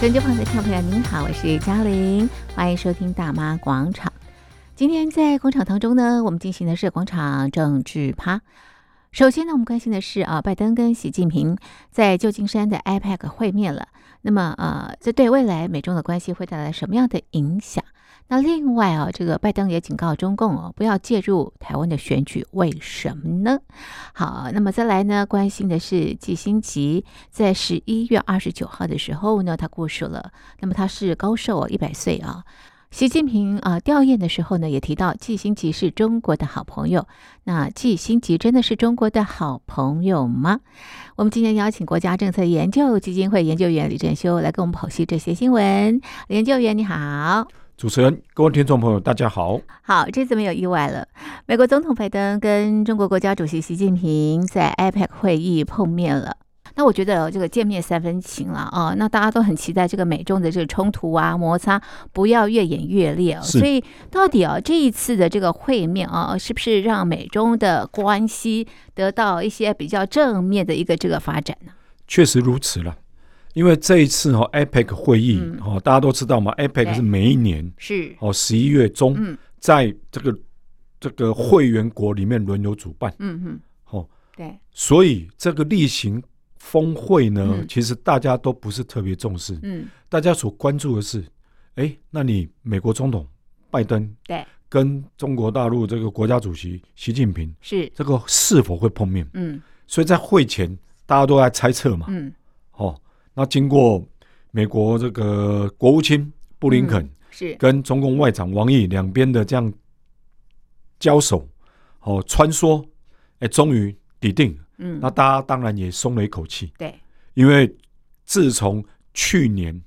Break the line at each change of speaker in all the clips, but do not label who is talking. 收音机旁的听众朋友，您好，我是嘉玲，欢迎收听《大妈广场》。今天在广场当中呢，我们进行的是广场政治趴。首先呢，我们关心的是啊，拜登跟习近平在旧金山的 IPAC 会面了。那么呃，这对未来美中的关系会带来什么样的影响？那另外啊，这个拜登也警告中共哦，不要介入台湾的选举，为什么呢？好，那么再来呢，关心的是季新吉在十一月二十九号的时候呢，他过世了。那么他是高寿一百岁啊。习近平啊、呃、吊唁的时候呢，也提到季新吉是中国的好朋友。那季新吉真的是中国的好朋友吗？我们今天邀请国家政策研究基金会研究员李振修来跟我们剖析这些新闻。李研究员你好，
主持人，各位听众朋友，大家好。
好，这次没有意外了。美国总统拜登跟中国国家主席习近平在 IPAC 会议碰面了。那我觉得这个见面三分情了啊，那大家都很期待这个美中的这个冲突啊、摩擦不要越演越烈、哦。
是
所以到底啊这一次的这个会面啊，是不是让美中的关系得到一些比较正面的一个这个发展呢？
确实如此了，因为这一次哈、哦、APEC 会议
嗯
哦，大家都知道嘛，APEC 是每一年
是，
哦十一月中、
嗯
在这个这个会员国里面轮流主办
嗯嗯，
哦，
对，
所以这个例行峰会呢，
嗯
其实大家都不是特别重视，
嗯
大家所关注的是，哎，那你美国总统拜登
对，
跟中国大陆这个国家主席习近平
是，
这个是否会碰面？
嗯
所以在会前大家都在猜测嘛，
嗯，
哦，那经过美国这个国务卿布林肯
是，
跟中共外长王毅两边的这样交手，哦，穿梭，哎，终于抵定了。
嗯
那大家当然也松了一口气，
对，
因为自从去年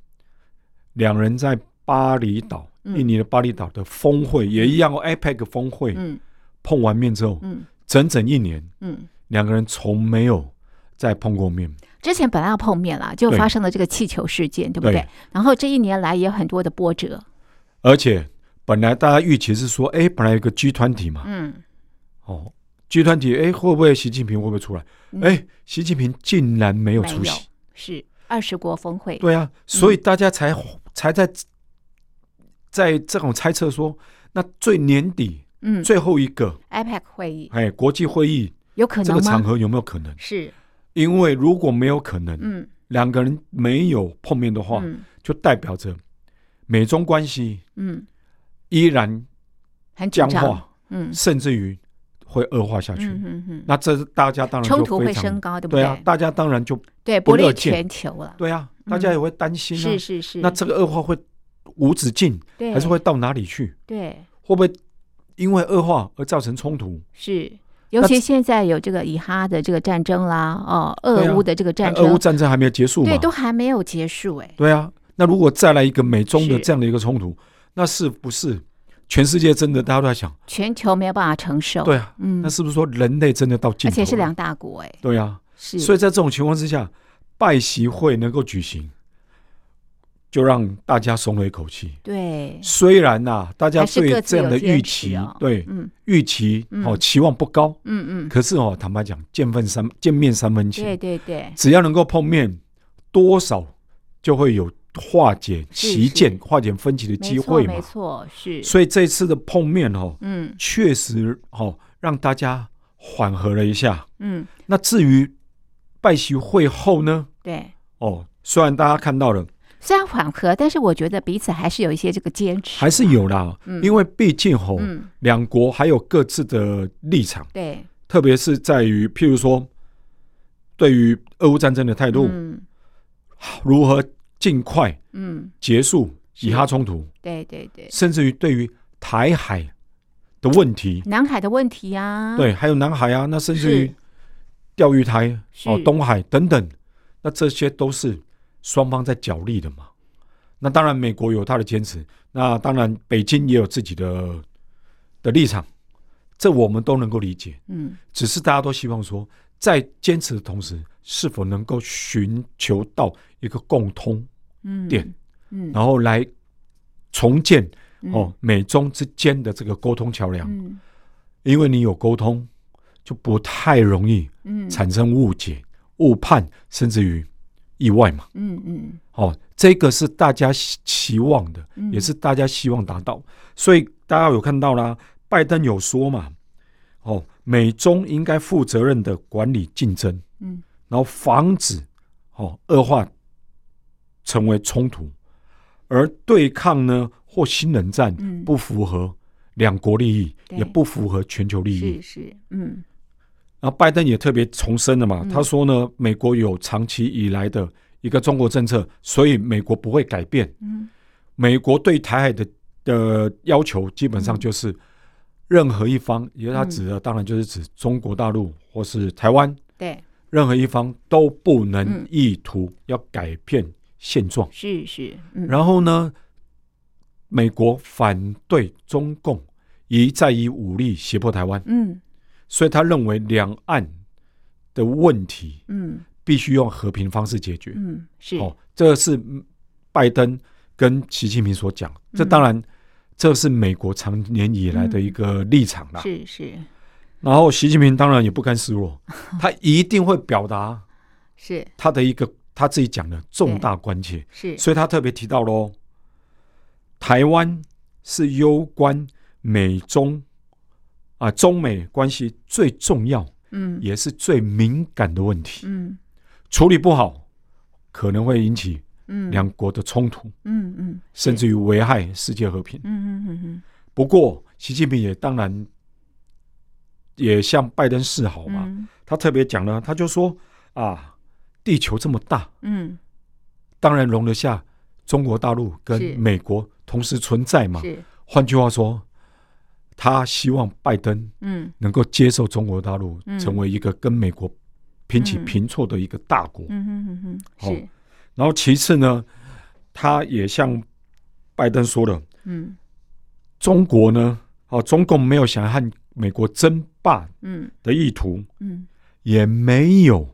两人在巴厘岛，
嗯
印尼的巴厘岛的峰会也一样哦，APEC 峰会、
嗯
碰完面之后，
嗯
整整一年，
嗯。
两个人从没有再碰过面。
之前本来要碰面了，就
对
发生了这个气球事件，对不对？
对
然后这一年来也有很多的波折，
而且本来大家预期是说，哎，本来有个 G 团体嘛，
嗯，
哦，G 团体，哎，会不会习近平会不会出来
嗯？
哎、习近平竟然没有
没
出
有嗯
席，
是二十国峰会，
对啊，所以大家才、才在在这种猜测说，那最年底
嗯
最后一个
，IPAC E 会议
哎国际会议
有可
这
能
个场
吗？
合有没有可能？
是，
因为如果没有可能，
嗯
两个人没有碰面的话，
嗯
就代表着美中关系
嗯，
依然
很紧
僵
张，
化，
嗯
甚至于会恶化下去。
嗯嗯嗯，
那这是大家当然就
冲突
非
会
常
升高，对不
对啊，大家当然就
对，
不
不利
乐见
全球了，
对啊，
嗯
大家也会担心啊。
是是是，
那这个恶化会无止境，
对
还是会到哪里去？
对
会不会因为恶化而造成冲突？
是。尤
那
其现在有这个以哈的这个战争啦，哦，
对
俄
啊
乌的这个战
俄乌
争，
战争还没有结束嘛
对，？都还没有结束哎，
对啊，那如果再来一个美中的
是
这样的一个冲突，那是不是全世界真的大家都在想？
全球没有办法承受，
对，啊，
嗯
那，是不是说人类真的到尽
而
头了？
且是两大国哎，
对啊，
是，
所以
以
在这种情况之下，拜习会能够举行，就让大家松了一口气。
对，
虽然呐、大家
还是各
对
自
这样
有
的
坚
预
持
期，
哦
对
嗯
预期
嗯
哦期望不高，
嗯嗯，
可是哦，坦白讲，见分三见面三分
对
情，
对对，
只要能够碰面，多少就会有化解
是
旗
是
舰、化解分歧的
没
机
错
会
没
嘛。
错，是，
所以这次的碰面哦，
嗯
确实哦让大家缓和了一下。
嗯，
那至于拜习会后呢，
对。
哦，虽然大家看到了，
虽然缓和，但是我觉得彼此还是有一些这个坚持，
还是有啦，
嗯
因为毕竟吼、
嗯，
两国还有各自的立场，
对，
特别是在于譬如说，对于俄乌战争的态度，
嗯
如何尽快
嗯，
结束
是
以哈冲突，
对对对，
甚至于对于台海的问题，
南海的问题啊，，
对，还有南海啊，那甚至于
是
钓鱼台
是
哦、东海等等，那这些都是双方在角力的嘛。那当然，美国有他的坚持，那当然北京也有自己的的立场，这我们都能够理解。
嗯，
只是大家都希望说，在坚持的同时，是否能够寻求到一个共通，
嗯，
点，
嗯，
然后来重建
嗯
哦，美中之间的这个沟通桥梁。
嗯
因为你有沟通，就不太容易
嗯，
产生误解、误判，甚至于意外嘛。
嗯嗯
哦，这个是大家希期望的，
嗯，
也是大家希望达到。所以大家有看到啦，拜登有说嘛，哦，美中应该负责任的管理竞争，
嗯
然后防止哦恶化成为冲突，而对抗呢或新冷战
嗯，
不符合两国利益，
对
也不符合全球利
是。
益
是，嗯
然后拜登也特别重申了嘛，
嗯
他说呢，美国有长期以来的一个中国政策，所以美国不会改变。
嗯
美国对台海的的要求基本
嗯
上就是任何一方，也就是他指的当然就是指中国大陆或是台湾，
对，
任何一方都不
嗯
能意图要改变现状。
是是，嗯
然后呢，美国反对中共一再以武力胁迫台湾，
嗯
所以他认为两岸的问题
嗯
必须用和平方式解决。
嗯是，
哦，这是拜登跟习近平所讲，这
嗯
当然这是美国长年以来的一个立场啦。
嗯是是
然后习近平当然也不甘示 弱，他一定会表达
是
他的一个他自己讲的重大关切，
是，
所以他特别提到喽，台湾是攸关美中啊中美关系最重要
嗯
也是最敏感的问题，
嗯
处理不好可能会引起
嗯
两国的冲突。
嗯嗯
甚至于危害世界和平
嗯。嗯嗯嗯
不过，习近平也当然也向拜登示好嘛，
嗯
他特别讲呢，他就说啊，地球这么大，
嗯
当然容得下中国大陆跟
是
美国同时存在嘛。
是
换句话说，他希望拜登
嗯
能够接受中国大陆
嗯
成为一个跟美国平起
嗯
平坐的一个大国。
嗯嗯嗯
好
是
然后其次呢，他也向拜登说了。
嗯
中国呢，哦，中共没有想和美国争霸
嗯
的意图，
嗯
也没有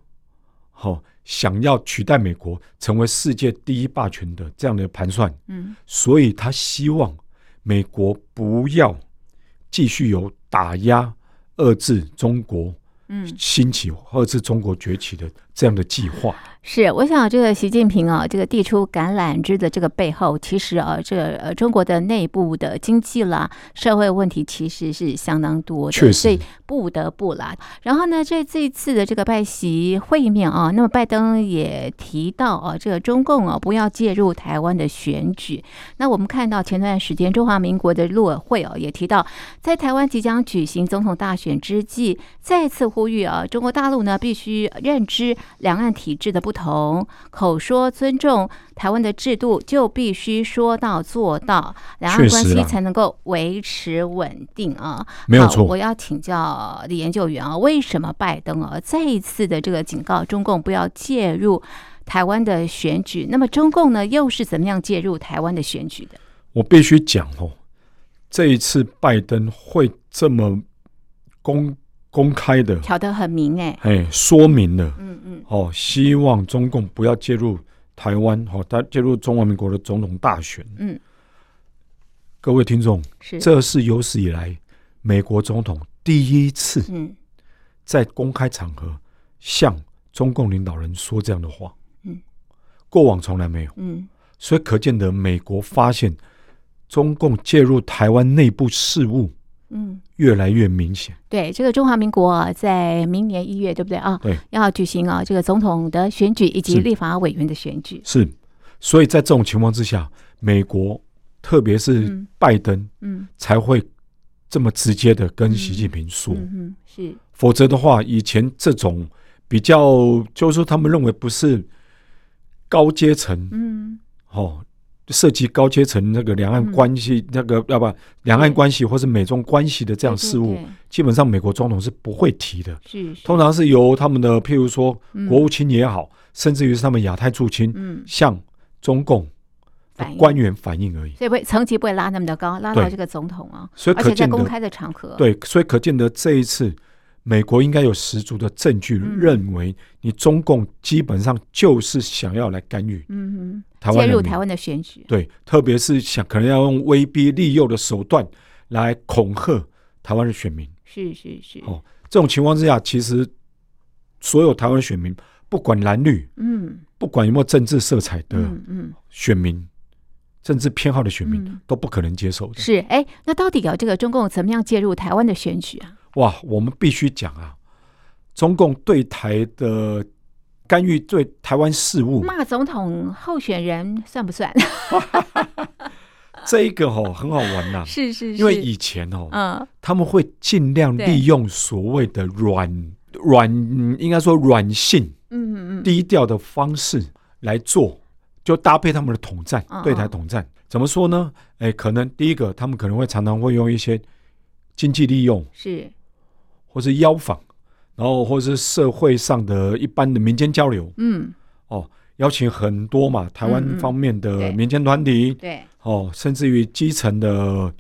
哦想要取代美国成为世界第一霸权的这样的盘算，
嗯
所以他希望美国不要继续有打压、遏制中国
嗯。
兴起、遏制中国崛起的这样的计划。
是，我想这个习近平啊，这个递出橄榄枝的这个背后，其实啊，这个呃中国的内部的经济啦、社会问题其实是相当多的，
确实
所以不得不啦。然后呢，这这一次的这个拜习会面啊，那么拜登也提到啊，这个中共啊不要介入台湾的选举。那我们看到前段时间中华民国的陆委会哦、也提到，在台湾即将举行总统大选之际，再次呼吁啊，中国大陆呢必须认知两岸体制的不同，口说尊重台湾的制度，就必须说到做到，两岸
确
关
实
系
啊
才能够维持稳定啊。
没有
好
错
我要请教李研究员啊，为什么拜登啊再一次的这个警告中共不要介入台湾的选举？那么中共呢又是怎么样介入台湾的选举的？
我必须讲哦，这一次拜登会这么公公开的，
挑得很明哎、
哎，说明了。
嗯嗯
哦，希望中共不要介入台湾，哦，他介入中华民国的总统大选。
嗯，
各位听众，
是
这是有史以来美国总统第一次
嗯
在公开场合向中共领导人说这样的话。
嗯，
过往从来没有，
嗯
所以可见得美国发现中共介入台湾内部事务
嗯。
越来越明显。
对，这个中华民国啊在明年一月，对不对啊？
对，
要举行啊这个总统的选举以及
是
立法委员的选举。
是，所以在这种情况之下，美国特别是
嗯
拜登。
嗯
才会这么直接的跟习近平说。
嗯嗯，是
否则的话，以前这种比较，就是说他们认为不是高阶层、
嗯
哦，涉及高阶层那个两岸关系、那个要不两岸关系或是美中关系的这样事务，
嗯对对对
基本上美国总统是不会提的。
是是
通常是由他们的，譬如说
嗯
国务卿也好，甚至于是他们亚太驻卿、
嗯，
向中共的
反应
官员反映而已。
所以不会层级不会拉那么的高，拉到
对
这个总统啊，
所以
而
可
且在
见
公
得
开的场合。，
对，所以可见得这一次，美国应该有十足的证据
嗯
认为，你中共基本上就是想要来干预
嗯
台
哼，
湾
介
人
入
民，
台湾的选举。
对，特别是想可能要用威逼利诱的手段来恐吓台湾的选民。
是是是，
哦这种情况之下，其实所有台湾选民不管蓝绿，
嗯
不管有没有政治色彩的
嗯嗯，
选民、政治偏好的选民、
嗯
都不可能接受的。
是哎，那到底有这个中共怎么样介入台湾的选举啊？
哇，我们必须讲啊，中共对台的干预对台湾事务，
骂总统候选人算不算？
这一个哦很好玩呐、
是是是，
因为以前哦，
嗯
他们会尽量
对
利用所谓的软软，应该说软性
嗯嗯嗯，
低调的方式来做，就搭配他们的统战
嗯，
对台统战。怎么说呢？哎，可能第一个，他们可能会常常会用一些经济利用，
是
或是邀访，然后或是社会上的一般的民间交流
嗯
哦，邀请很多嘛台
嗯嗯
湾方面
对
的民间团体
对，
哦，甚至于基层的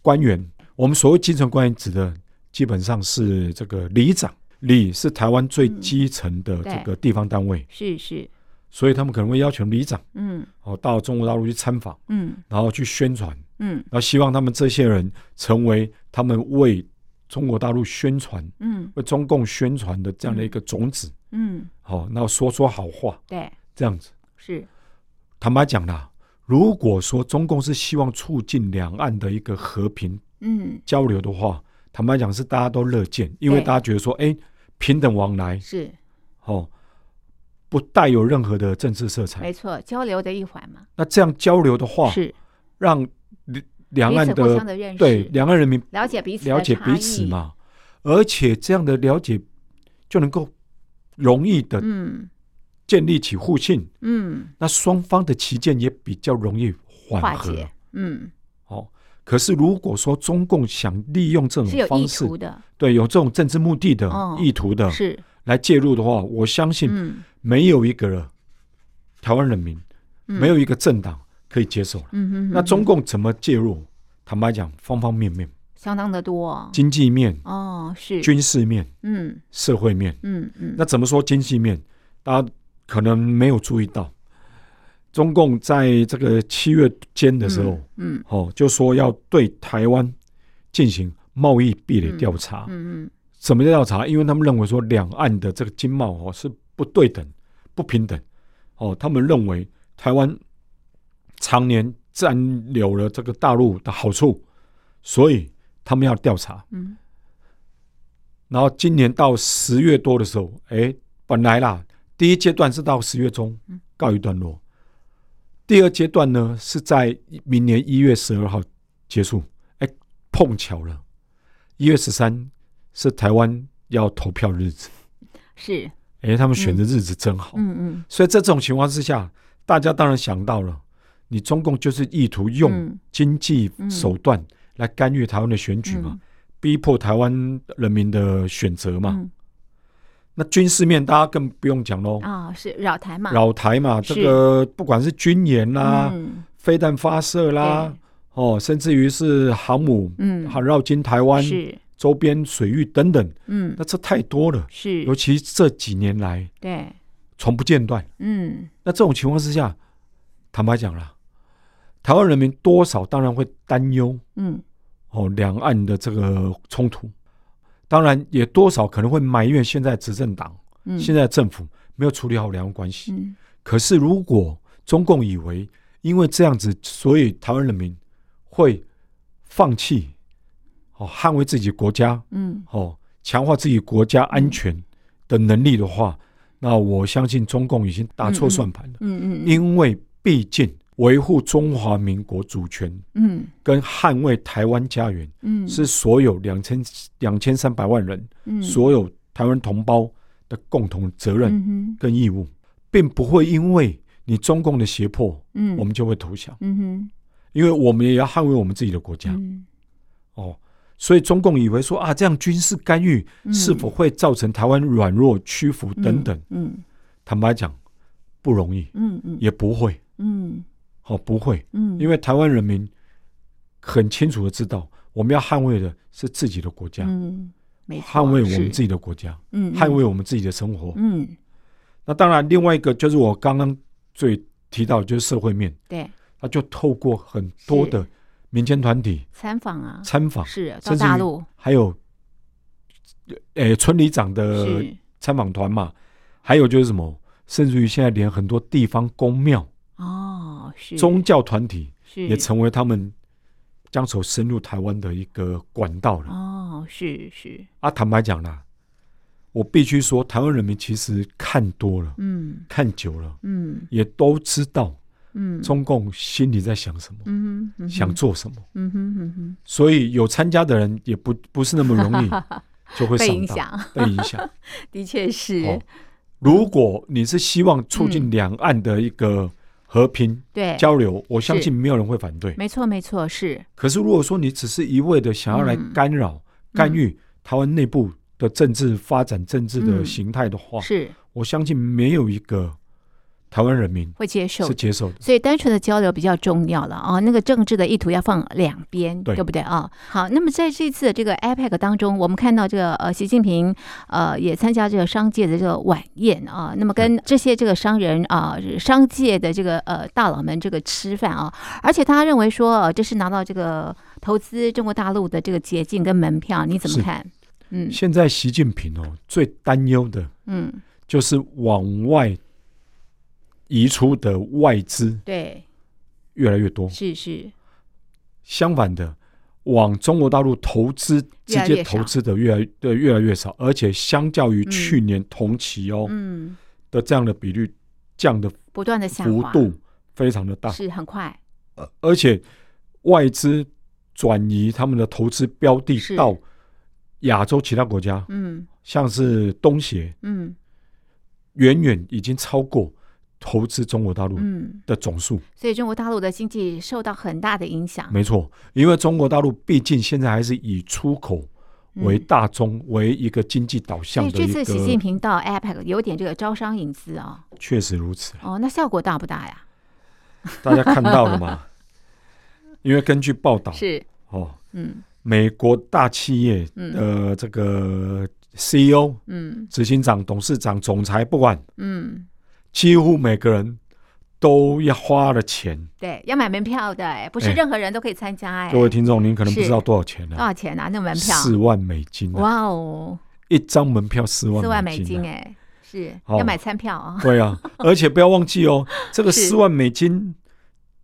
官员。我们所谓基层官员指的，基本上是这个里长，里是台湾最
嗯
基层的
对
这个地方单位，
是是，
所以他们可能会要求里长
嗯
哦到中国大陆去参访，
嗯
然后去宣传，
嗯
然后希望他们这些人成为他们为中国大陆宣传、
嗯
为中共宣传的这样的一个种子。
嗯，
好、那说说好话
对，
这样子。
是
坦白讲啦，如果说中共是希望促进两岸的一个和平
嗯
交流的话，坦白讲是大家都乐见，因为
对
大家觉得说，哎，平等往来，
是
哦，不带有任何的政治色彩
没。错，交流的一环嘛，
那这样交流的话，
是
让两哦两
彼
岸
此互相
的
的认识，
对两岸人民
了解彼此的
了解
差
彼此
异，
嘛，而且这样的了解就能够容易的
嗯
建立起互信，
嗯，
那双方的旗舰也比较容易
化
缓和。
解，嗯
哦，可是如果说中共想利用这
是有
种
意
方式，嗯
图的，
对有这种政治目的的、
哦
意图的
是
来介入的话，我相信
嗯
没有一个人台湾人民、
嗯
没有一个政党可以接受了。
嗯哼，
那
嗯
中共怎么介入？坦白讲，方方面面，
相当的多哦
经济面、
哦，是
军事面、
嗯
社会面。
嗯嗯，
那怎么说经济面？大家可能没有注意到，中共在这个七月间的时候，
嗯
哦，就说要对台湾进行贸易壁垒调查。
嗯嗯
什么叫调查？因为他们认为说两岸的这个经贸哦是不对等、不平等。哦，他们认为台湾常年占有了这个大陆的好处，所以他们要调查。
嗯
然后今年到十月多的时候，哎，本来啦，第一阶段是到十月中
嗯
告一段落，第二阶段呢是在明年一月十二号结束。哎，碰巧了，一月十三是台湾要投票日子，
是
哎，他们选的日子真好。
嗯嗯
所以在这种情况之下，大家当然想到了，你中共就是意图用
嗯
经济
嗯
手段来干预台湾的选举嘛，逼迫台湾人民的选择嘛。
嗯
那军事面大家更不用讲喽
嗯，啊是扰台嘛
老台嘛，
是
这个不管是军演啦、
嗯
飞弹发射啦，哦，甚至于是航母
嗯
航绕经台湾
是
周边水域等等，
嗯
那这太多了。
是
尤其这几年来
对
从不间断，
嗯
那这种情况之下，坦白讲啦，台湾人民多少当然会担忧
嗯
哦两岸的这个冲突，当然也多少可能会埋怨现在执政党、
嗯
现在的政府没有处理好两岸关系。
嗯
可是如果中共以为因为这样子，所以台湾人民会放弃哦捍卫自己国家
嗯
哦强化自己国家安全的能力的话，那我相信中共已经打错算盘了，
嗯嗯
因为毕竟维护中华民国主权。
嗯
跟捍卫台湾家园
嗯
是所有两千两千三百万人、
嗯
所有台湾同胞的共同责任。
嗯哼
跟义务，并不会因为你中共的胁迫，
嗯
我们就会投降，
嗯哼
因为我们也要捍卫我们自己的国家、
嗯
哦。所以中共以为说啊，这样军事干预
嗯
是否会造成台湾软弱、屈服等等？
嗯
坦白讲，不容易，
嗯嗯
也不会
嗯
哦，不会，
嗯
因为台湾人民很清楚的知道，我们要捍卫的是自己的国家，
嗯没错
捍卫我
是
们自己的国家，
嗯
捍
嗯
卫我们自己的生活。
嗯
那当然，另外一个就是我刚刚最提到，就是社会面。
对
他就透过很多的民间团体
参访啊
参访，
是到
甚至
大
于
陆
还有，呃，村里长的
是
参访团嘛，还有就是什么，甚至于现在连很多地方公庙、
哦，是
宗教团体
是
也成为他们将手深入台湾的一个管道了。
哦，是是，
啊，坦白讲啦，我必须说，台湾人民其实看多了，
嗯
看久了，
嗯
也都知道
嗯，
中共心里在想什么，
嗯哼
想，做什么。
嗯哼嗯哼
所以有参加的人也不不是那么容 易就会
嗯哼，被
上
影
当，
响，
被影响。
的确
哦
是，，
如果你是希望促进两岸的一个和平
对，
交流，我相信没有人会反对。
没错没错，是
可是如果说你只是一味的想要来
嗯
干扰、干预台湾内部的政治发展、政治的
嗯
形态的话，
是
我相信没有一个台湾人民
会接受
是。接受的。
所以单纯的交流比较重要了啊、那个政治的意图要放两边，
对
不对啊、好，那么在这次的这个 IPAC 当中，我们看到这个呃，习近平呃也参加这个商界的这个晚宴啊、那么跟这些这个商人啊、商界的这个呃大佬们这个吃饭啊、而且他认为说、呃、这是拿到这个投资中国大陆的这个捷径跟门票，你怎么
是
看？嗯
现在习近平哦，最担忧的
嗯，
就是往外移出的外资
对，
越来越多，
是是，
相反的，往中国大陆投资
越
直
来越
接投资的越来对越来越少，而且相较于
嗯
去年同期哦、
嗯，
的这样的比率降的
不断的下
幅
滑，
度非常的大，
是很快，
呃而且外资转移他们的投资标的
是
到亚洲其他国家，
嗯
像是东协，
嗯
远远已经超过投资中国大陆
嗯。
的总数。
所以中国大陆的经济受到很大的影响。
没错，因为中国大陆毕竟现在还是以出口为
嗯
大宗、为一个经济导
所
向
以
的
这次
一
习近
个，
平到 APEC 有点这个招商引资啊、
确实如此。
哦，那效果大不大呀？
大家看到了 吗？因为根据报道，
是，
哦，
嗯
美国大企业
嗯
的这个 CEO、
嗯
执行长、董事长、总裁，不管
嗯，
几乎每个人都要花了钱。
对，要买门票的哎，不是
哎
任何人都可以参加哎。
各位听众，您可能不
是
知道多少钱
多
了、
少钱啊？那个门票？
四万美金、啊，
哇哦，
一张门票四万
四万美
美
金
金、啊。
哎，是
哦
要买餐票啊、
对啊，而且不要忘记 哦，这个
是
四万美金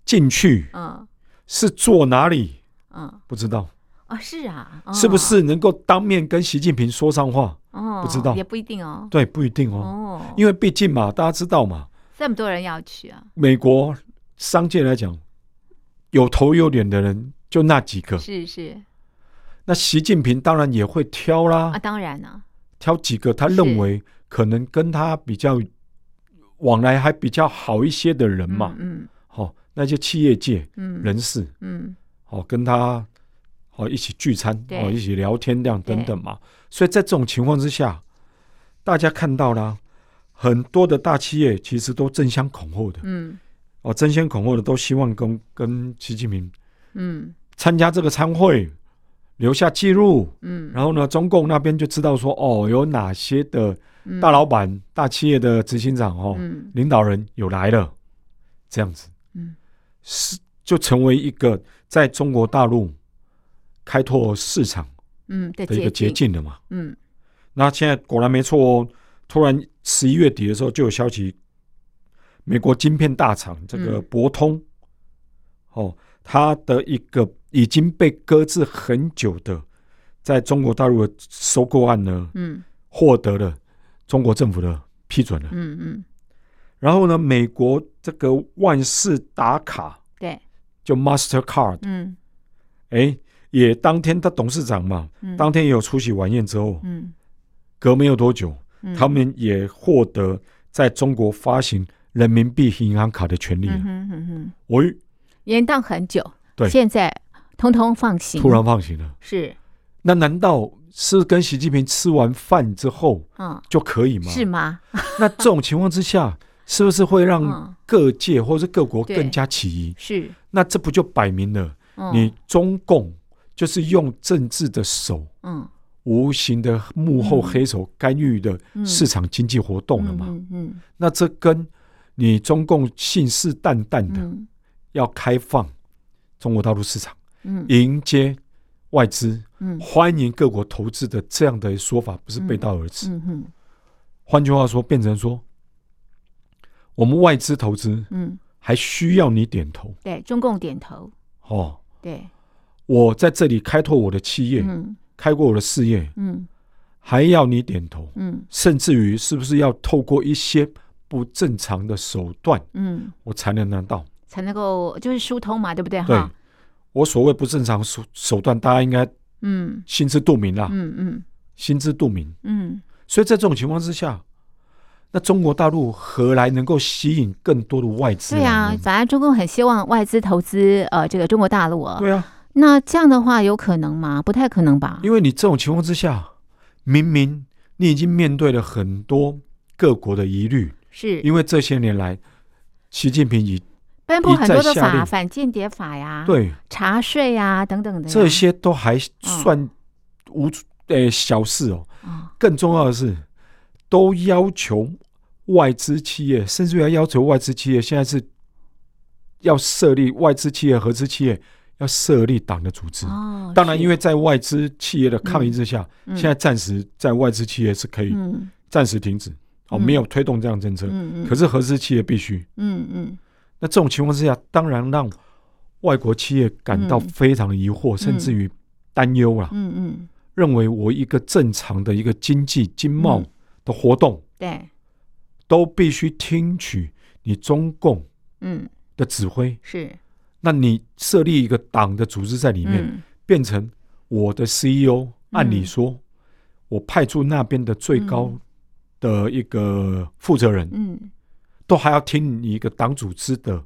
进去
嗯
是坐哪里
嗯，
不知道，
哦是啊，哦
是不？是能够当面跟习近平说上话？
哦，
不知道
也不一定哦。
对，不一定哦，
哦，
因为毕竟嘛，大家知道嘛，
这么多人要去啊，
美国商界来讲，有头有脸的人就那几个，
是是
那习近平当然也会挑啦
啊，，当然呢、
挑几个他认为可能跟他比较往来还比较好一些的人嘛，
嗯
好、那些企业界
嗯嗯
人士。
嗯，
哦，跟他哦一起聚餐，
对
哦一起聊天这样等等嘛。所以在这种情况之下，大家看到啦，很多的大企业其实都争相恐后的，
嗯
哦争先恐后的都希望跟跟习近平
嗯
参加这个参会，留下记录。
嗯
然后呢，中共那边就知道说，哦，有哪些的
嗯，
大老板、大企业的执行长哦，
嗯
领导人有来了，这样子。
嗯
是就成为一个在中国大陆开拓市场
嗯的
的一个捷径了嘛。
嗯
那现在果然没错哦，突然十一月底的时候就有消息，美国晶片大厂这个
嗯
博通，哦，它的一个已经被搁置很久的在中国大陆的收购案呢，
嗯
获得了中国政府的批准了。
嗯嗯，
然后呢，美国这个万事达卡
对，
就 Mastercard。
嗯
哎，也当天他董事长嘛，
嗯，
当天也有出席晚宴之后，
嗯
隔没有多久，
嗯
他们也获得在中国发行人民币银行卡的权利了
嗯。哼嗯哼，
我、
延宕很久，
对
现在通通放行，
突然放行了，
是
那难道是跟习近平吃完饭之后
嗯
就可以吗？
是。吗？
那这种情况之下，是不是会让
嗯
各界或是各国
对
更加起疑？
是，
那这不就摆明了，
嗯
你中共就是用政治的手
嗯
无形的幕后黑手干预的
嗯
市场经济活动了嘛？
嗯嗯
那这跟你中共信誓旦旦的
嗯
要开放中国大陆市场，
嗯
迎接外资，
嗯嗯
欢迎各国投资的这样的说法，不是背道而驰。
嗯嗯
换句话说，变成说，我们外资投资
嗯，
还需要你点头
对，中共点头，
哦。
对，
我在这里开拓我的企业，
嗯
开过我的事业，
嗯
还要你点头，
嗯
甚至于是不是要透过一些不正常的手段，
嗯，
我才能拿到？
才能够就是疏通嘛，对不对？
对
哈，
我所谓不正常手手段，大家应该
嗯
心知肚明啦，
嗯嗯
心知肚明。
嗯，
所以在这种情况之下，那中国大陆何来能够吸引更多的外资
对
来
啊
呢？，
反正中共很希望外资投资呃这个中国大陆啊，
对啊，
那这样的话有可能吗？不太可能吧？
因为你这种情况之下，明明你已经面对了很多各国的疑虑，
是
因为这些年来，习近平以
颁布很多的
一再下
法，
令
反间谍法呀，
对
查税呀等等的呀
这些都还
嗯
算无呃小事哦，
啊，
更重要的是，都要求外资企业，甚至要要求外资企业现在是要设立外资企业、合资企业要设立党的组织。
哦，
当然，
是
因为在外资企业的抗议之下，
嗯
现在暂时在外资企业是可以
嗯
暂时停止，哦，
嗯
没有推动这样政策。
嗯嗯，
可是合资企业必须。
嗯嗯
那这种情况之下，当然让外国企业感到
嗯
非常的疑惑，甚至于担忧啦，
嗯嗯，
认为我一个正常的一个经济经贸
嗯
的活动，
对，
都必须听取你中共
嗯
的指挥。
是
那你设立一个党的组织在里面，
嗯
变成我的 CEO，按理说，我派驻那边的最高
嗯
的一个负责人，
嗯
都还要听你一个党组织的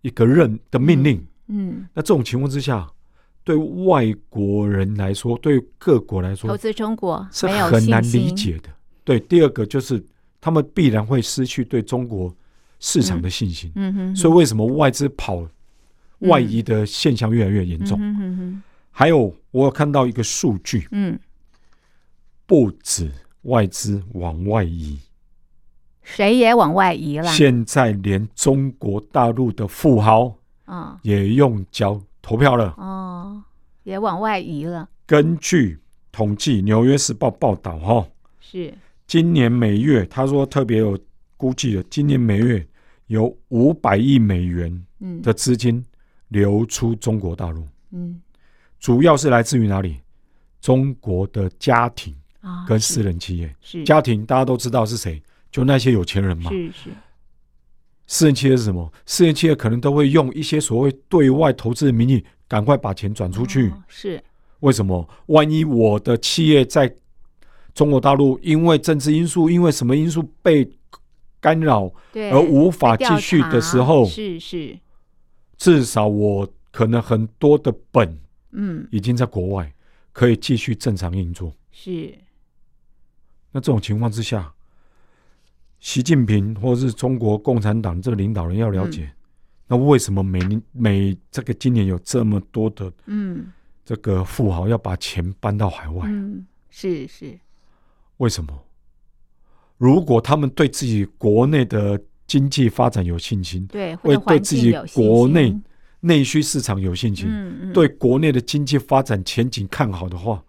一个任的命令。
嗯，
那这种情况之下，对外国人来说，对各国来
投
说
资中国
是
没有
很
信
难理
心，
解的。对，第二个就是他们必然会失去对中国市场的信心。
嗯哼，
所以为什么外资跑
嗯
外移的现象越来越严
嗯
重？
哼哼哼
还有，我有看到一个数据，
嗯，
不止外资往外移，
谁也往外移了，
现在连中国大陆的富豪
啊
也用脚投票了。
哦，也往外移了，
根据统计，《纽约时报》报道，哈，
是
今年每月，他说特别有估计的，今年每月有五百亿美元
嗯
的资金流出中国大陆，
嗯
主要是来自于哪里？中国的家庭
啊，
跟
是
私人企业。
是
家庭大家都知道是谁，就那些有钱人嘛。
是是
私人企业是什么？私人企业可能都会用一些所谓对外投资的名义，赶快把钱转出去。
哦是
为什么？万一我的企业在中国大陆因为政治因素，因为什么因素被干扰
对
而无法
被调
继续的时
查
候，
是是
至少我可能很多的本
嗯
已经在国外，可以继续正常运作。
是
那这种情况之下，习近平或是中国共产党这个领导人要了解，
嗯
那为什么每年每这个今年有这么多的
嗯
这个富豪要把钱搬到海外？
嗯是是
为什么？如果他们对自己国内的经济发展有信心，
对，或
会
者环
对自
境
己
有信
国内
心
内需市场有信心，
嗯嗯
对国内的经济发展前景看好的话，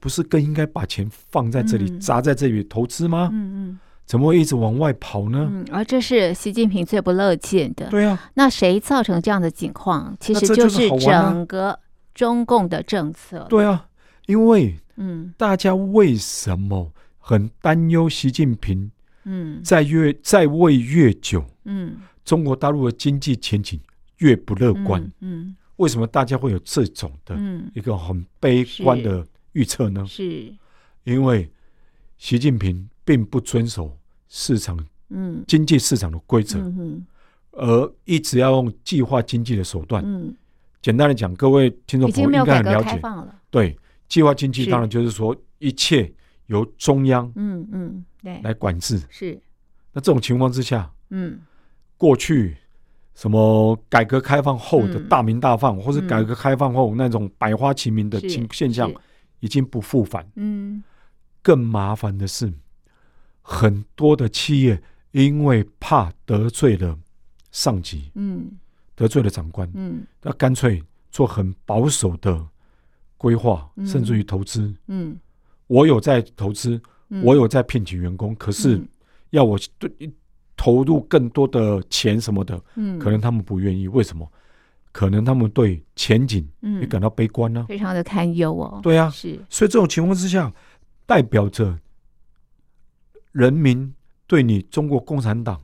不是更应该把钱放在这里、
嗯
砸在这里投资吗？
嗯嗯。
怎么会一直往外跑呢？
嗯，而这是习近平最不乐见的。
对啊，
那谁造成这样的境况？其
那
实
这
就
就是
是
好玩啊
整个中共的政策。
对啊，因为
嗯
大家为什么很担忧习近平
嗯
在越在位越久，
嗯，
中国大陆的经济前景越不乐观？
嗯
为什么大家会有这种的
嗯
一个很悲观的预测呢
嗯，？是
因为习近平并不遵守市场
嗯
经济市场的规则，
嗯
而一直要用计划经济的手段。
嗯，
简单的讲，各位听众
已经
朋友
没
啊应
有
该
改
很
革
了
开
解，
放了。
对计划经济，
是
当然就是说一切由中央
嗯嗯，对，
来管制。
是
那这种情况之下，
嗯
过去什么改革开放后的
嗯
大鸣大放，或是
嗯
改革开放后那种百花齐鸣的
是
情现象
是，
已经不复返。
嗯
更麻烦的是，很多的企业因为怕得罪了上级，
嗯
得罪了长官，
嗯
那干脆做很保守的规划，
嗯
甚至于投资。
嗯
我有在投资，
嗯
我有在聘请员工，可是
嗯
要我对投入更多的钱什么的，
嗯，
可能他们不愿意。为什么？可能他们对前景也
嗯
感到悲观呢、
非常的堪忧哦。
对啊，
是，
所以这种情况之下，代表着人民对你中国共产党，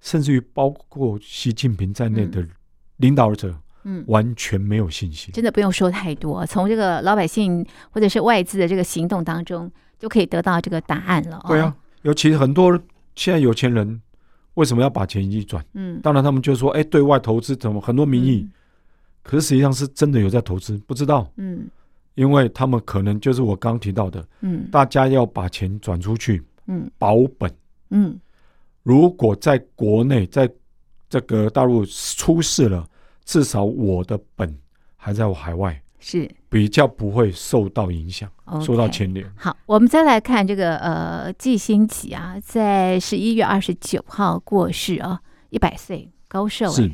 甚至于包括习近平在内的领导者，
嗯。
完全没有信心。
真的不用说太多，从这个老百姓或者是外资的这个行动当中，就可以得到这个答案了、哦。
对啊，，尤其很多现在有钱人为什么要把钱一转？
嗯，
当然，他们就说：“哎，对外投资怎么很多名义？”可是实际上是真的有在投资，不知道，
嗯，
因为他们可能就是我刚提到的，
嗯
大家要把钱转出去
嗯
保本。
嗯
如果在国内，在这个大陆出事了，至少我的本还在我海外，
是
比较不会受到影响
OK
受到牵连。
好，我们再来看这个呃，季新吉啊，在十一月二十九号过世啊，一百岁高寿、
是
哎，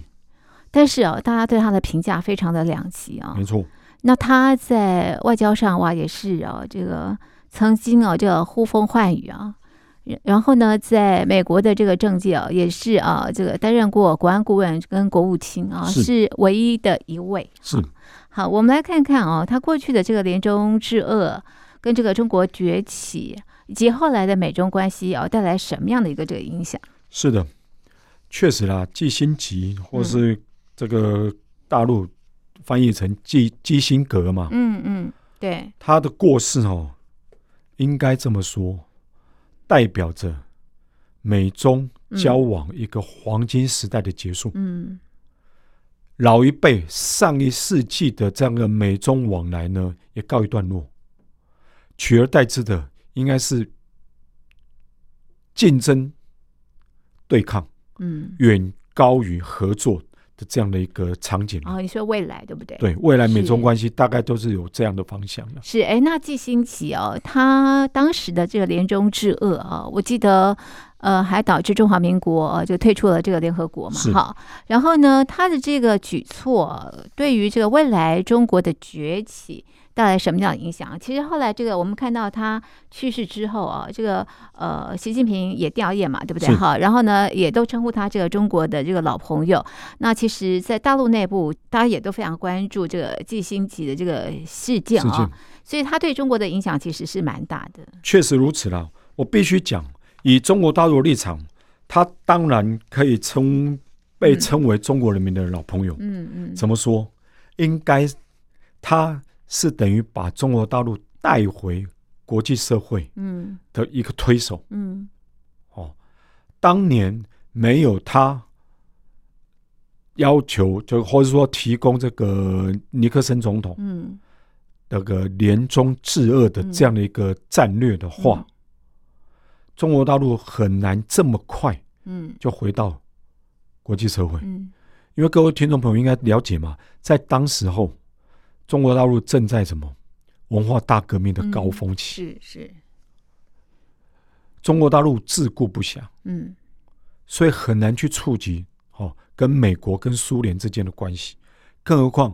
但是哦，大家对他的评价非常的两极啊、
没错，
那他在外交上哇，也是啊，这个曾经啊，这个呼风唤雨啊。然然后呢，在美国的这个政界啊，也是啊，这个担任过国安顾问跟国务卿啊，
是
是唯一的一位。
是
好，我们来看看哦，他过去的这个联中制恶，跟这个中国崛起，以及后来的美中关系哦，带来什么样的一个这个影响？
是的，确实啦，季辛吉或是这个大陆翻译成基基辛格嘛，
嗯嗯，对，
他的过世哦，应该这么说，代表着美中交往一个黄金时代的结束。
嗯
老一辈上一世纪的这样的美中往来呢，也告一段落，取而代之的应该是竞争对抗
嗯，
远高于合作的这样的一个场景了。
哦，你说未来对不对？
对未来美中
是
关系大概都是有这样的方向了。
是哎，那季新奇哦，他当时的这个联中制恶啊，我记得，呃，还导致中华民国、呃就退出了这个联合国嘛，
是
哈。然后呢，他的这个举措对于这个未来中国的崛起带来什么样的影响？其实后来这个我们看到他去世之后啊，这个呃，习近平也吊唁嘛，对不对？
是
哈，然后呢，也都称呼他这个中国的这个老朋友。那其实，在大陆内部，大家也都非常关注这个季新吉的这个事件
事
啊、
件
所以它对中国的影响其实是蛮大的。
确实如此啦，我必须讲，以中国大陆的立场，他当然可以称被称为中国人民的老朋友。
嗯嗯，
怎么说？应该他是等于把中国大陆带回国际社会
嗯
的一个推手
嗯
哦。当年没有他要求，就或者说提供这个尼克森总统
嗯
那个联中制恶的这样的一个战略的话，
嗯
中国大陆很难这么快
嗯
就回到国际社会。
嗯
因为各位听众朋友应该了解嘛，在当时候，中国大陆正在什么文化大革命的高峰期，
嗯是是，
中国大陆自顾不暇，
嗯
所以很难去触及哦跟美国跟苏联之间的关系，更何况。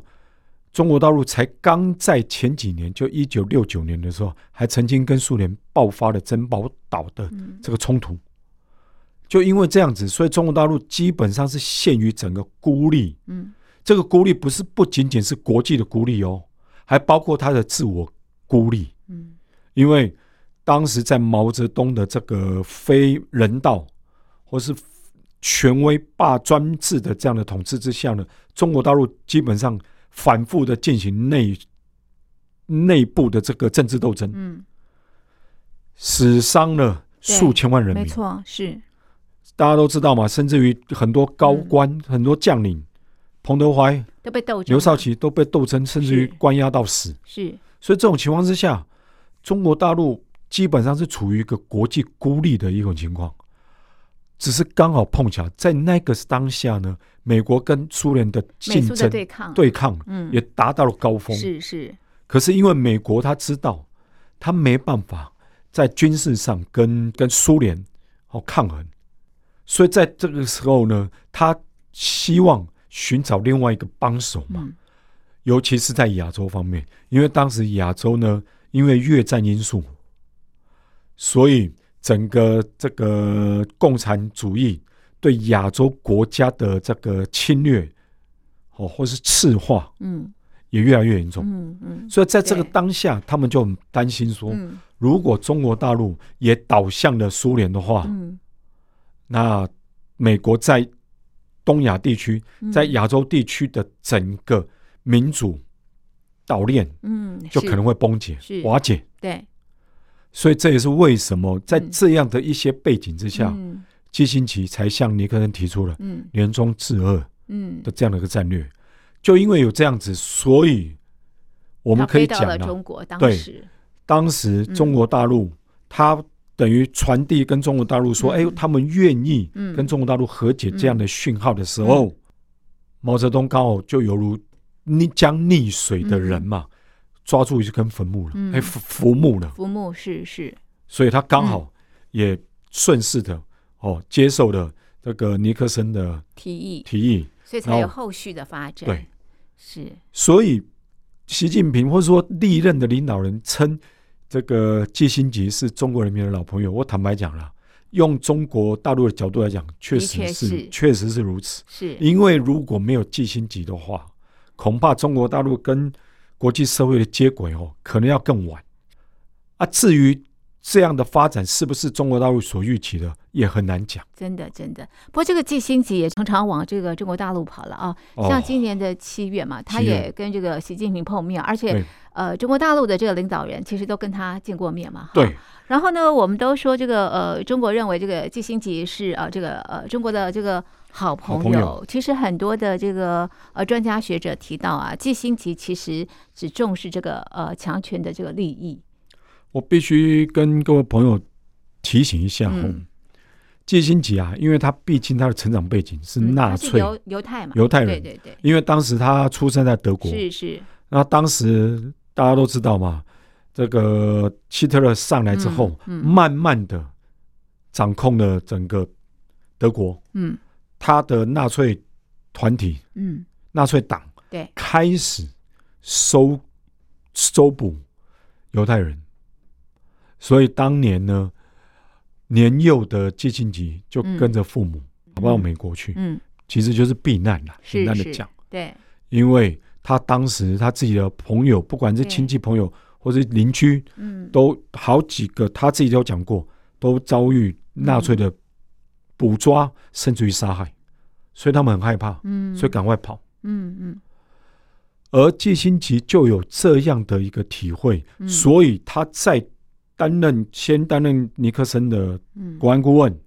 中国大陆才刚在前几年，就一九六九年的时候，还曾经跟苏联爆发了珍宝岛的
嗯
这个冲突。就因为这样子，所以中国大陆基本上是陷于整个孤立，
嗯
这个孤立不是不仅仅是国际的孤立哦，还包括他的自我孤立。
嗯
因为当时在毛泽东的这个非人道或是权威霸专制的这样的统治之下呢，中国大陆基本上反复的进行内内部的这个政治斗争，
嗯，
死伤了数千万人
没
民。
错，是
大家都知道嘛，甚至于很多高官、很多将领，彭德怀、
都被斗争
刘
了
少奇都被斗争，甚至于
是
关押到死。
是
所以这种情况之下，中国大陆基本上是处于一个国际孤立的一种情况，只是刚好碰巧在那个当下呢，美国跟苏联的
美
竞
苏的
争
对抗，，
对抗
嗯
也，达到了高峰。
是是，
可是因为美国他知道，他没办法在军事上跟跟苏联哦抗衡，所以在这个时候呢，他希望寻找另外一个帮手嘛。
嗯
尤其是在亚洲方面，因为当时亚洲呢，因为越战因素，所以整个这个共产主义对亚洲国家的这个侵略，哦，或是赤化
嗯
也越来越严重。
嗯嗯
所以在这个
对
当下，他们就很担心说，
嗯
如果中国大陆也倒向了苏联的话，
嗯，
那美国在东亚地区、
嗯
在亚洲地区的整个民主岛链
嗯
就是可能会崩解
是、
瓦解。
对
所以这也是为什么在
嗯
这样的一些背景之下，
嗯
基辛奇才向尼克森提出了
嗯
联中制俄
嗯，
的这样的一个战略。就因为有这样子，所以我
我
们可以讲啊
到了
了、
中国当
对
时，
当时中国大陆，他等于传递跟中国大陆说，
嗯
哎、他们愿意
嗯
跟中国大陆和解这样的讯号的时候，毛泽东刚好就犹如溺将溺水的人嘛，抓住一根坟墓了，哎、
嗯
浮浮木了，
浮木是是，
所以他刚好也顺势的哦接受了这个尼克森的
提议，
提议，
所以才
然后
有后续的发展。
对，
是，
所以习近平或者说历任的领导人称这个基辛格是中国人民的老朋友。我坦白讲了，用中国大陆的角度来讲，确实
确
是
是
确实是如此。
是，
因为如果没有基辛格的话，恐怕中国大陆跟国际社会的接轨哦，可能要更晚。啊，至于这样的发展是不是中国大陆所预期的，也很难讲。
真的真的。不过这个季星级也常常往这个中国大陆跑了啊，
哦
像今年的七月嘛，他
七月
也跟这个习近平碰面，而且
对
呃，中国大陆的这个领导人其实都跟他见过面嘛。哈
对，
然后呢，我们都说这个呃，中国认为这个季星级是呃这个呃中国的这个好朋
好朋友
其实很多的这个呃专家学者提到啊，季星级其实只重视这个呃强权的这个利益。
我必须跟各位朋友提醒一下哦，
嗯
基辛格啊，因为他毕竟他的成长背景是
嗯
纳
他是
粹、
犹犹太嘛，
犹太
对
人，
对对，
因为当时他出生在德国，
是是，
那当时大家都知道嘛，这个希特勒上来之后，
嗯嗯
慢慢的掌控了整个德国，
嗯
他的纳粹团体、
嗯，
纳粹党
对，
开始收收捕犹太人，所以当年呢，年幼的基辛格就跟着父母跑到美国去，
嗯，
其实就是避难啦。
是
简单的
是
讲，
对，
因为他当时他自己的朋友，不管是亲戚朋友或是邻居，
嗯，
都好几个他自己都讲过，都遭遇纳粹的捕抓，甚至于杀害，所以他们很害怕，
嗯，
所以赶快跑。
嗯嗯
而季辛吉就有这样的一个体会，
嗯
所以他在担任先担任尼克森的
嗯，
国安顾问，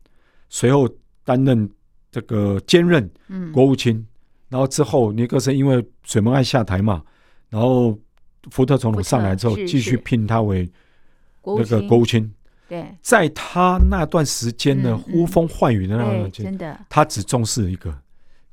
随后担任这个兼任
嗯
国务卿，然后之后尼克森因为水门案下台嘛，然后福特总统
福特
上来之后
是
继续
是
聘他为
国务
那个
卿
国务卿，
对
在他那段时间呢，
嗯嗯
呼风唤雨的那段
对，
时间，
真的
他只重视一个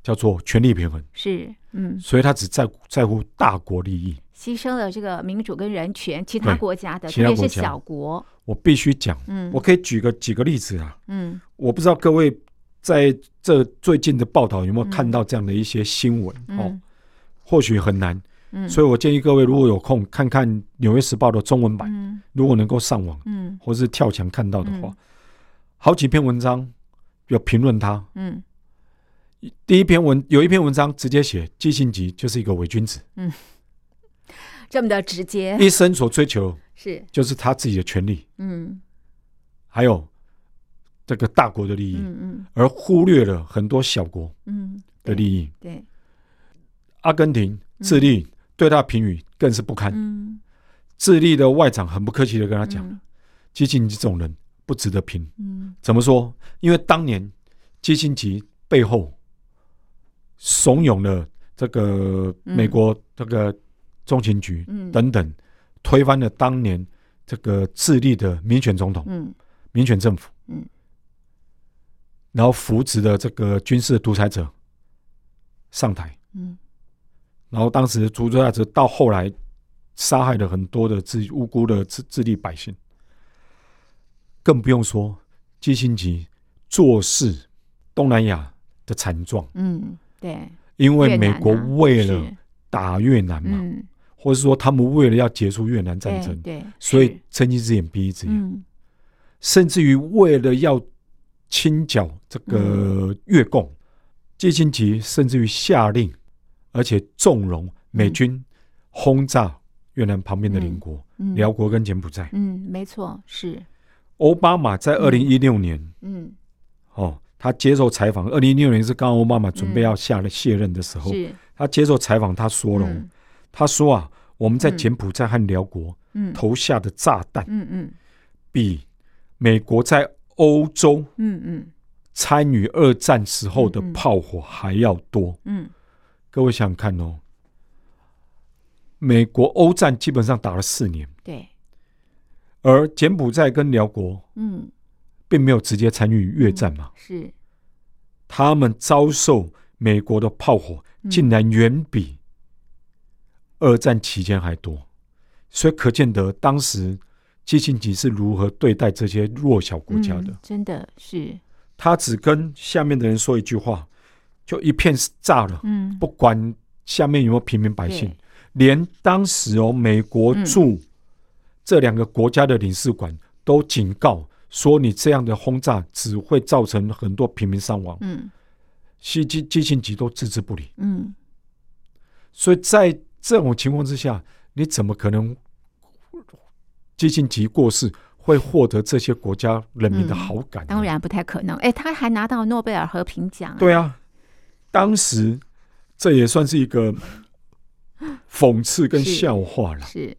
叫做权力平衡，
是嗯，
所以他只在乎在乎大国利益。
牺牲了这个民主跟人权，其他
对
国家的，
其
特
他
别
国
是
家
小国，
我必须讲，
嗯，
我可以举个几个例子啊。
嗯
我不知道各位在这最近的报道有没有看到这样的一些新闻、哦
嗯，
或许很难，
嗯，
所以我建议各位如果有空看看《纽约时报》的中文版，
嗯
如果能够上网
嗯
或是跳墙看到的话，
嗯
好几篇文章有评论他。
嗯
第一篇文有一篇文章直接写基辛格就是一个伪君子，
这么的直接
一生所追求
是
就是他自己的权利，
嗯
还有这个大国的利益，
嗯
而忽略了很多小国
嗯嗯
的利益。
对，
阿根廷、智利对他的评语更是不堪。
嗯，
智利的外长很不客气的跟他
他
讲，基辛格这种人不值得评。
嗯
怎么说？因为当年基辛格背后怂恿了这个
嗯
美国这个中情局
嗯
等等，推翻了当年这个智利的民选总统、
嗯
民选政府，
嗯
然后扶植的这个军事独裁者上台。
嗯
然后当时朱朱亚哲到后来杀害了很多的自无辜的自自立百姓，更不用说基辛格做事东南亚的惨状，
嗯对，
因为
越
美
南
国
啊
为
是
了打越南嘛，
嗯
或者说他们为了要结束越南战
对
争，
对，
所以
是
睁一只眼闭一只眼，
嗯
甚至于为了要清剿这
嗯
个越共，基辛吉甚至于下令，而且纵容美军轰炸越南旁边的邻国、
嗯
辽国跟柬埔寨。
嗯，没错，是
奥巴马在二零一六年，
嗯
哦，他接受采访，二零一六年是刚刚奥巴马准备
嗯
要下卸任的时候，
是，
他接受采访，他说了哦，
嗯
他说啊，我们在
嗯
柬埔寨和辽国
嗯
投下的炸弹，
嗯嗯
比美国在欧洲
嗯嗯
参与二战时候的
嗯嗯
炮火还要多。
嗯，
各位想想看哦，美国欧战基本上打了四年，
对，
而柬埔寨跟辽国
嗯
并没有直接参与越战嘛，
是，
他们遭受美国的炮火
嗯
竟然远比二战期间还多，所以可见得当时基辛吉是如何对待这些弱小国家的。
嗯真的是，
他只跟下面的人说一句话，就一片炸了，
嗯
不管下面有没有平民百姓
对，嗯
连当时哦美国驻这两个国家的领事馆都警告说，你这样的轰炸只会造成很多平民伤亡。
嗯
西基基辛吉都置之不理，
嗯
所以在这种情况之下，你怎么可能基辛吉过世会获得这些国家人民的
嗯
好感呢？
当然不太可能。哎，他还拿到诺贝尔和平奖，，
对啊，当时这也算是一个讽刺跟
是
笑话了，
是，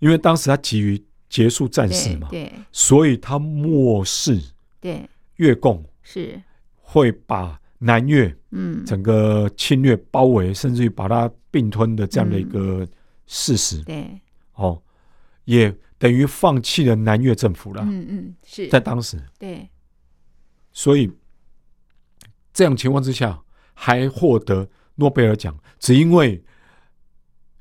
因为当时他急于结束战事
对
嘛，
对
所以他漠视
对
越共
是，
会把南越
嗯，
整个侵略包围，甚至于把它并吞的这样的一
嗯
个事实、
对，
哦，也等于放弃了南越政府了，
嗯嗯是，
啊在当时，
对，
所以这样情况之下还获得诺贝尔奖，只因为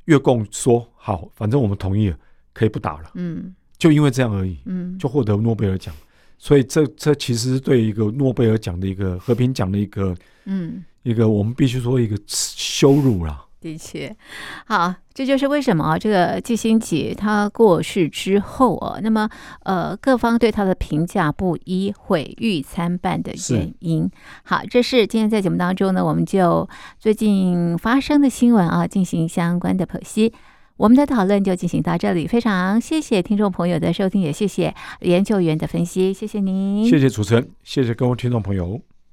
越共说好，反正我们同意了，可以不打了，
嗯
就因为这样而已，
嗯
就获得诺贝尔奖。所以这这其实是对一个诺贝尔奖的一个和平奖的一个
嗯。
一个，我们必须说一个羞辱啦。
的确，好，这就是为什么啊，这个季星杰他过世之后哦，那么呃，各方对他的评价不一，毁誉参半的原
是
因。好，这是今天在节目当中呢，我们就最近发生的新闻啊，进行相关的剖析。我们的讨论就进行到这里，非常谢谢听众朋友的收听，也谢谢研究员的分析，谢谢您，
谢谢主持人，谢谢各位听众朋友。